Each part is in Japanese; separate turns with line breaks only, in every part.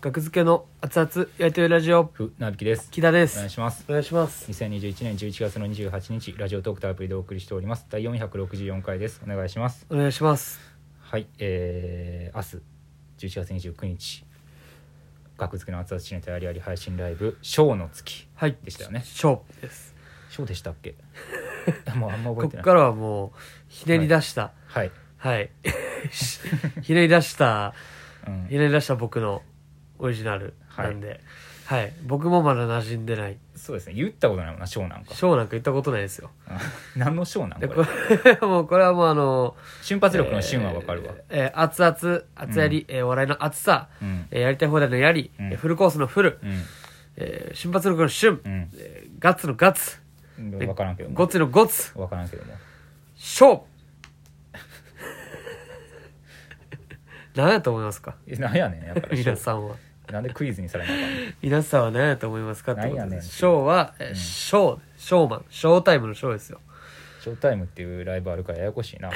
学付けの熱々やりとりラジオ
ふなびきです
木田で
お願
す
いします
お願いします
2021年11月の28日ラジオトークターアプリでお送りしております第464回ですお願いします
お願いします
はいえー、明日11月29日学付けの熱々しネタやりあり配信ライブ「ショーの月
はい
でしたよね
ショーです」
ショーでしたっ けもうあんま覚
こ
え
って
ない
からはもうひねり出した
はい、
はい、ひねり出した
うん
ひねり出した僕のオリジナルなんではい、僕もまだ馴染んでない
そうですね言ったことないもんなショーなんか
ショーなんか行った ことないですよ
うん 何のショーなん
で
こ
こ
れ
れ もうこれはもうあの
瞬発力の旬はわかるわ、
えーえー熱々熱やり、えー笑いの熱さ、
うん
えーやりたい放題のやり、
うん
えーフルコースのフル、えー瞬発力の瞬、
うん
えーガッツのガッツ
うん分からんけども
ゴツのゴツ
分からんけども
ショー 何やと思いますか
えなんやねんやからショー
皆さんは
なんでクイズにされなあかんの
皆さんは何やと思いますかってこと
何や
で
ねん
すショーは、えーショーショーマンショータイムのショーですよ
ショータイムっていうライブあるからややこしいな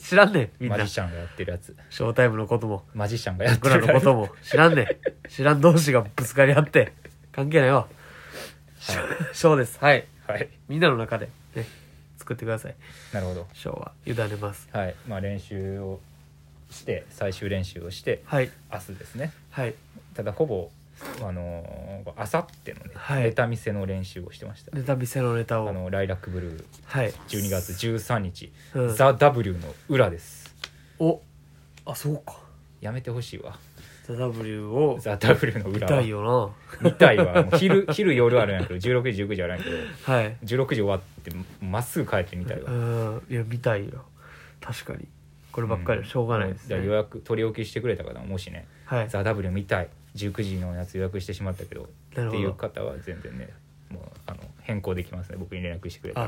知らんねんみん
マ
な
ジ
シ
シャンがやってるやつ
ョータイムのことも
マジシャンがやって
僕
る
ら
やつ
のことも知らんねん知らん同士がぶつかり合って関係ない わショーショーですはい
はい
みんなの中でね作ってください
なるほど
ショーは委ねます
はいまあ練習をして最終練習をして
はい
明日ですね
はい
ただほぼあのー、あさってのね、
はい
ネタ見せの練習をしてました
ネタ見せのネタを
あのライラックブルー
はい
12月13日、
うん
ザ・ W の裏です
おあそうか
やめてほしいわ
「ザ・ w を
ザ・ W の裏
見
は
たいよ
見たいわもう昼昼夜あるんやけど16時19時あるんやけど
なはい
16時終わってまっすぐ帰ってみたいわ
うんいや見たいよ確かにこればっかりはしょうがないですね、
うんだから予約取り置きしてくれた方ももしね
は
「
い
ザ・ w 見たい19時のやつ予約してしまったけどって
なるほど
いう方は全然ねもうあの変更できますね僕に連絡してくれたら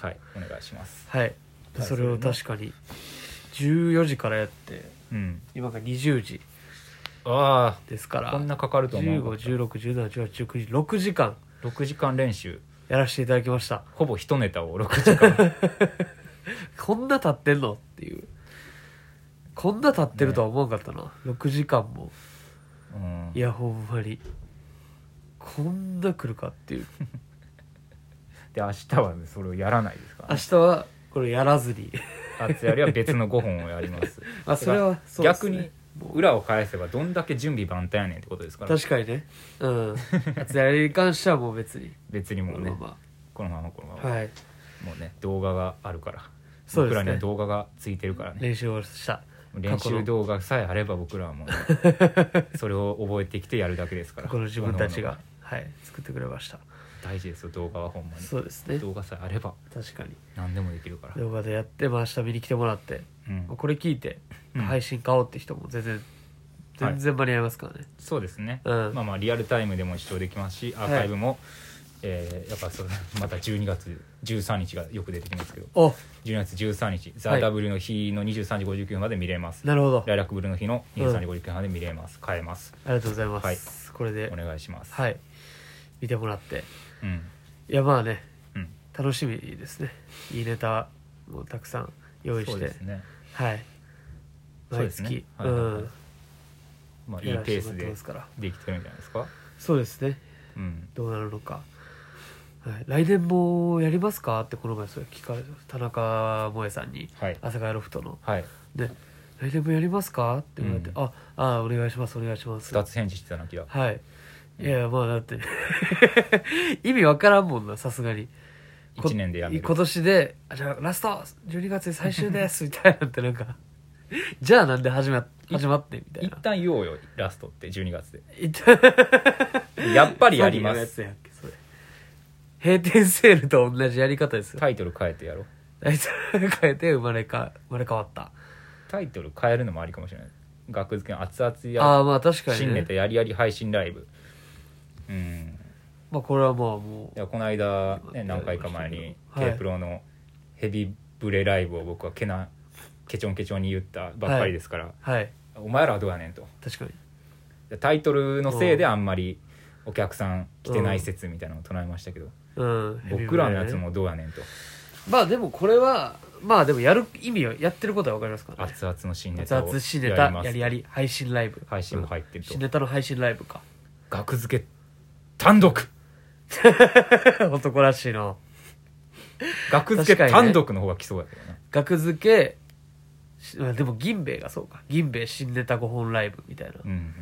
あ
はいお願いします
はい
はい
それを確かに14時からやって
うん
今が20時
あ
ですか
あ
ら
こんなかかると思う
1516171819時6時間
6時間練習
やらせていただきました
ほぼ一ネタを6時 間
こんな経ってんのっていうこんな経ってるとは思わんかったな、6時間も
うん
いやほんまにこんな来るかっていう
で明日はねそれをやらないですから
明
ね
日はこれやらず に
熱やりは別の5本をやります
あそれはそうです
逆
ね
に裏を返せばどんだけ準備万端やねんってことですから
確かにねうん やつやりに関してはもう別に
別にもうね
このま
このままこのまま
まはい
もうね動画があるから
そうですね
僕らには動画がついてるからね
練習をした
練習
過去の
動画さえあれば僕らはもうね、それを覚えてきてやるだけですから
過去の自分たち
各
が
々
はい作ってくれました
大事ですよ動画はほんまに
そうですね
動画さえあれば
確かに
何でもできるから、
動画でやってまあ明日見に来てもらって
うん
これ聞いて
うん
配信買おうって人も全然全然間に合いますからね
そうですね、
うん
まあまあリアルタイムでも視聴できますしアーカイブも、えーやっぱそれまた12月13日がよく出てきますけど
お
12月13日「ザ・
はい
w の日の23時59分まで見れます、
なるほど
ライラックブルーの日の23時59分まで見れます、変えます
ありがとうございま
はい
すこれで
お願いします、
はい見てもらって
うん
いやまあね
うん
楽しみですねいいネタもたくさん用意
そ
し
う
て、
ですね
はい
そう
毎
です
月
ねは
う
いはいはい
ん
まあいい
やらせ
ペ
ても
ー
ら
ス
って
で
ますから
できてるんじゃないですか
そうですね
うん
どうなるのか、はい、来年もやりますかってこの前それ聞かれ田中萌さんに
はい
「朝霞ロフトの
はい」
で「来年もやりますか?」って言われて「
うん
ああお願いしますお願いします」
二つ返事してたなきだ
はいいやまあだって 意味わからんもんなさすがにこ
一年でやめる
今年であ「じゃあラスト12月で最終です」みたいなんてなんか 「じゃあなんで始ま始まって」みたい
一
な
旦言おうよラストって12月で
いった
やっぱりやりま
詐欺のや
す
つやんけ それ閉店セールと同じやり方ですよ
タイトル変えてやろう
大体変えて生まれか生まれ変わった
タイトル変えるのもありかもしれない学付けの熱々
ああー
や
まあ確かに、
新ネタ
ね、
やりやり配信ライブうん
まあこれはまあも
いやこの間、ね、何回か前に
はい
k プロのヘビブレライブを僕はけなケチョンケチョンに言ったばっかりですから、
うはい
お前らはどうやねんと
確かに
タイトルのせいであんまりお客さん来てない説みたいなのを唱えましたけど、
うん
僕らのやつもどうやねんと、
まあでもこれはまあでもやる意味はやってることはわかりますからね
熱々の新ネ
熱
タを
々新ネ
や
タ
ります
やりやり配信ライブ
配信も入ってると
新ネタの配信ライブか
額付け単独
男らしいな
額付け単独の方が来そうだけどな、
額付けしでも銀兵衛がそうか銀兵衛新ネタ5本ライブみたいな、
うんうん、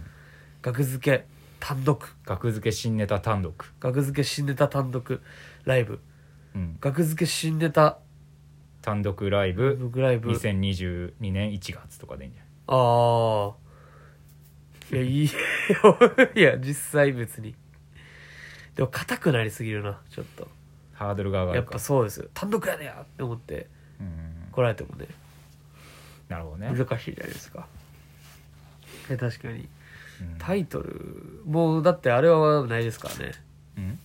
額付け単独
額付け新ネタ単独、
額付け新ネタ単独ライブ
うん、
額付け新ネタ
単独ライ
単
ブ
独ライブ
2022年1月とかでいいんじゃない
ああいやいい よいや実際別にでも硬くなりすぎるなちょっと
ハードルが上が
や
る
っ
か
ぱそうですよ単独やでやって思って
うんうん、
来られてもね
なるほどね、
難しいじゃないですかえ確かに
うん
タイトルもうだってあれはないですからね
うん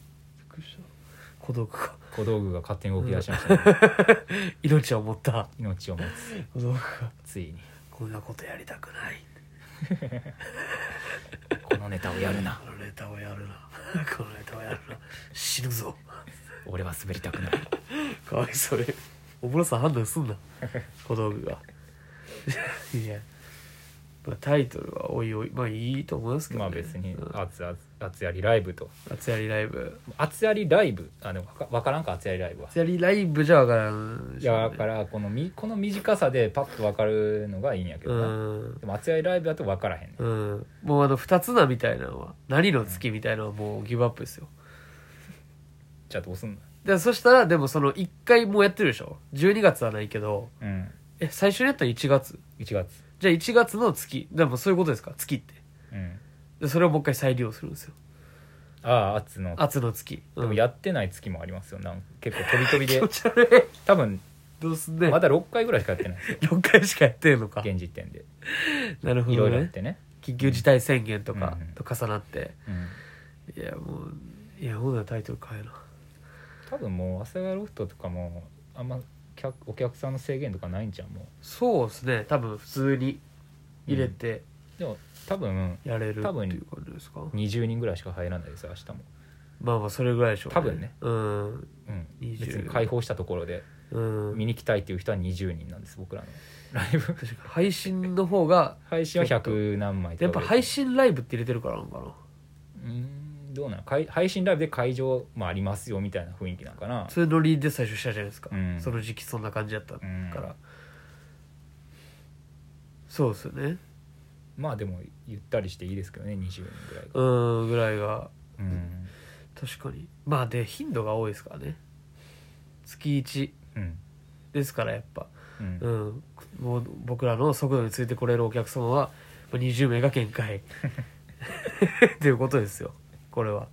孤独か
小道具が勝手に動き出しました、ね
命を持った
命を持つ
孤独か
ついに
こんなことやりたくない
このネタをやるな
このネタをやるな このネタをやるな死ぬぞ
俺は滑りたくない
かわいそうにおもろさ判断 すんな小道具がいや、まあ、タイトルはおいおいまあいいと思いますけど、ね、
まあ別に
うん
熱々熱やりライブと
熱やりライブ
熱やりライブあでもわかわからんか熱やりライブは
熱やりライブじゃ分からん
いやだかららこのみこの短さでパッと分かるのがいいんやけ
う
どな、
ん
でも熱やりライブだと分からへんね
うん、もうあの二つなみたいなのは何の月みたいなのはもうギブアップですよ
じゃあどうすんの
でそしたらでもその一回もうやってるでしょ12月はないけど
うん
え最初にやったの1月
1月
じゃあ1月の月でもそういうことですか月って
うん
でそれをもう一回再利用するんですよ
ああ熱の
圧の月、うん
でもやってない月もありますよなん結構飛び飛び
気
で
持ち悪い
多分
どうすんね
まだ6回ぐらいしかやっ てない
6回しかやってんのか
現時点で
なるほ
い
ど
ろいろあっ
ね
てね、
緊急事態宣言とか
うん
と重なって、
うん、
いやもういやほんならタイトル変えな
多分もう阿佐ヶ谷ロフトとかもあんま客お客さんの制限とかないんじゃんも
そうですね多分普通に入れて
うでも多分
やれるっていう
多分
感じですか、
20人ぐらいしか入らないですよ明日も
まあまあそれぐらいでしょう、
多分ね
うん
うん
20
別に開放したところで
うん
見に来たいっていう人は20人なんです僕らのライブ
確かに配信の方が
配信は100何枚とか
やっぱ配信ライブって入れてるからなのかな
うーんどうなのかい配信ライブで会場、まあ、ありますよみたいな雰囲気なのかな
そういうノリで最初したじゃないですか、
うん
その時期そんな感じだったから、
うん
そうですよね
まあでもゆったりしていいですけどね20人ぐらいが
うんぐらいが
うん、
確かにまあで頻度が多いですからね月1
うん
ですからやっぱ
うん
う、んもう僕らの速度についてこれるお客様はまあ20名が限 界っていうことですよこれは、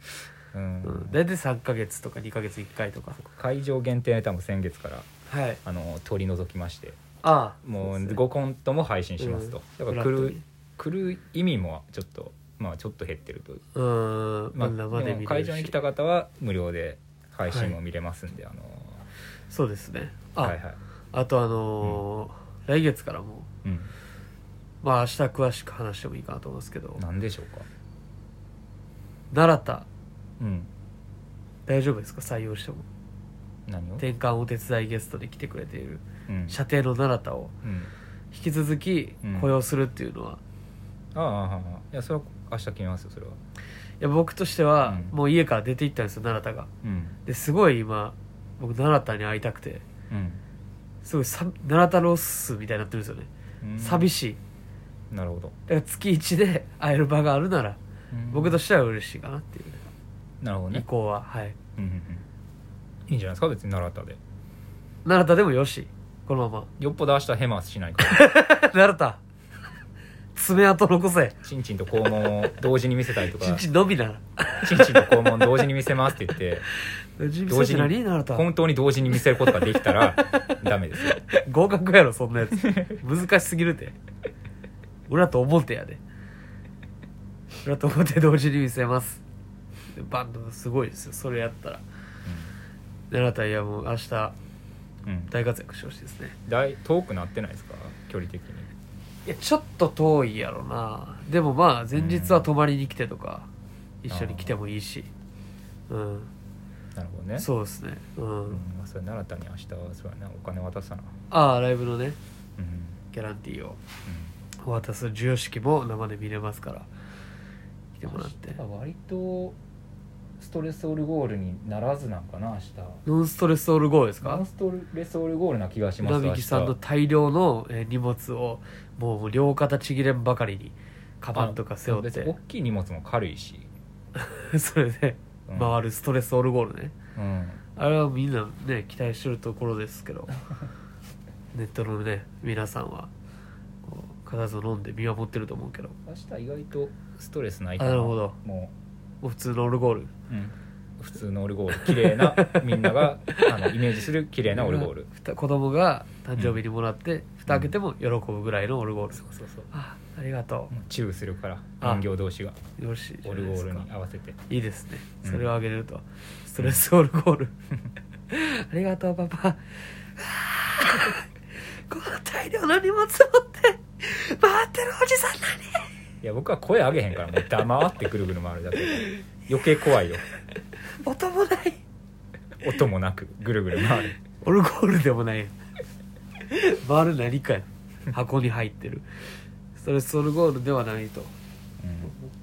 うん
うん、大体3ヶ月とか2ヶ月1回とか
会場限定ネタも先月から
はい
あの取り除きまして
ああ
もう
そですね
5コントも配信しますと、
うん
だから来
フラット
る
に
来る意味もちょっとまあちょっと減ってるという
うーん、
ま
ま
あ、
あ、生
で
で見れる
も
し
会場に来た方は無料で配信も見れますんで、あの
そうですねあ、
はいはい、
あとあのー来月からも
うん、
まあ明日詳しく話してもいいかなと思うんですけど
なんでしょうか
奈良田
うん
大丈夫ですか採用しても
何を、
転換お手伝いゲストで来てくれている
うん
射程の奈良田を
うん、
引き続き
うん
雇用するっていうのは、
ああああああいやそれは明日決めますよそれはい
や僕としては
うん
もう家から出て行ったんですよ奈良田が
うん
ですごい今僕奈良田に会いたくて
う
すごいさ奈良田ロスみたいになってるんですよね、
ん
寂しい
いなるほど、
だから月1で会える場があるなら
うん
僕としては嬉しいかなっていう、
なるほど
意
ね、
向ははい
うんうんうん、いいんじゃないですか別に奈良田で
奈良田でもよしこのま ま
よっぽど明日ヘマしないから
奈良田爪痕残せ
チンチンと肛門を同時に見せたりとか
ちんちんのみなら
チンチンと肛門同時に見せますって 言って
同
同
時
時
に何
に
奈良田
本当に同時に見せることができたらダメですよ
合格やろそん なやつ難しすぎるて裏と表やで裏と表同時に見せますでバンドすごいですよそれやったら奈良田いやもう明日
うん、うん、
大活躍してほしいですね
だい遠くなってないですか距離的に
いやちょっと遠いやろなでもまあ前日は泊まりに来てとか一緒に来てもいいしうん
なるほどね
そうですねう
うん
ん
まあ、それならたに明日はそうやなお金渡さな
ああライブのね
うん
ギャランティーを渡す授与式も生で見れますから来て
うん
もらって
明日割とストレスオルゴールにならずなんかな明日
ノンストレスオールゴーです
ノ
か
ンストレスオルゴールな気がします
船引さんの
明日
大量のえー荷物をもう両肩ちぎれんばかりにカバンとか背負っ
別に大
て
きい荷物も軽いし、
それで
うん
回るストレスオルゴールね
うん
あれはみんなね期待してるところですけ どネットのね皆さんはこう固唾を飲んで見守ってると思うけど
明日意外とストレスない
あ
から
なるほど
も
もう普通のオルゴール
う、うん普通のオルゴール綺麗なみんながあのイメージする綺麗なオルゴ ール
ふた子供が誕生日にもらって、蓋開けても喜ぶぐらいのオルゴール、
そうそうそう
あありがと
もうチューするから
あ
人形同士が
うよろしいじゃ
オ
ない
ルゴ
で
ー
す
ル
か
に合わせて
いいですね
うん
それをあげれると、ストレスオルゴー ルありがとうパパ この大量の荷物持って回ってるおじさん何
いや僕は声上げへんからもう黙ってぐるぐる回るだ けで余計怖いよ
音もない
音もなくぐるぐる回る
オルゴールでもない回る何かや箱に入ってるストレスオルゴールではないと
うん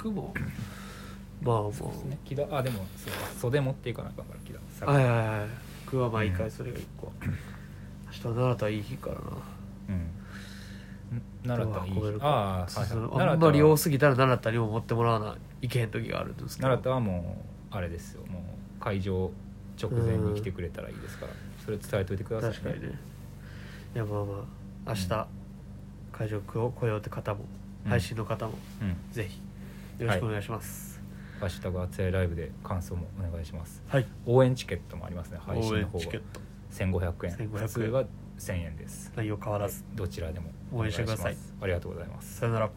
僕もまあま
そうです
あ
ね木田あでもそうか袖持っていかなあかんから木田さ
はいはいはい僕は毎回それが1個、明日奈良田いい日からな
うんん奈良といい
どう運べるか
ああ、
そう
はい
そう
はい、
あん
奈
ま
良
り
と
多
は
すぎたら奈良田にも持ってもらわないけへん時があるんですけど
奈良とはもうあれですよもう会場直前に来てくれたらいいですからそれ伝えといてください、
確かにねいやまあまあ明日、会場来ようって方も
うん
配信の方も、
うん
ぜひよろしくお願いします
「ハッシュタグあつやライブ」で感想もお願いします
はい、
応援チケットもありますね配
応
信の
援
方は
チケット
1500円
1500円
普通は1000円です
内容変わらず
どちらでも
応援してください
お願しますありがとうございます
さよなら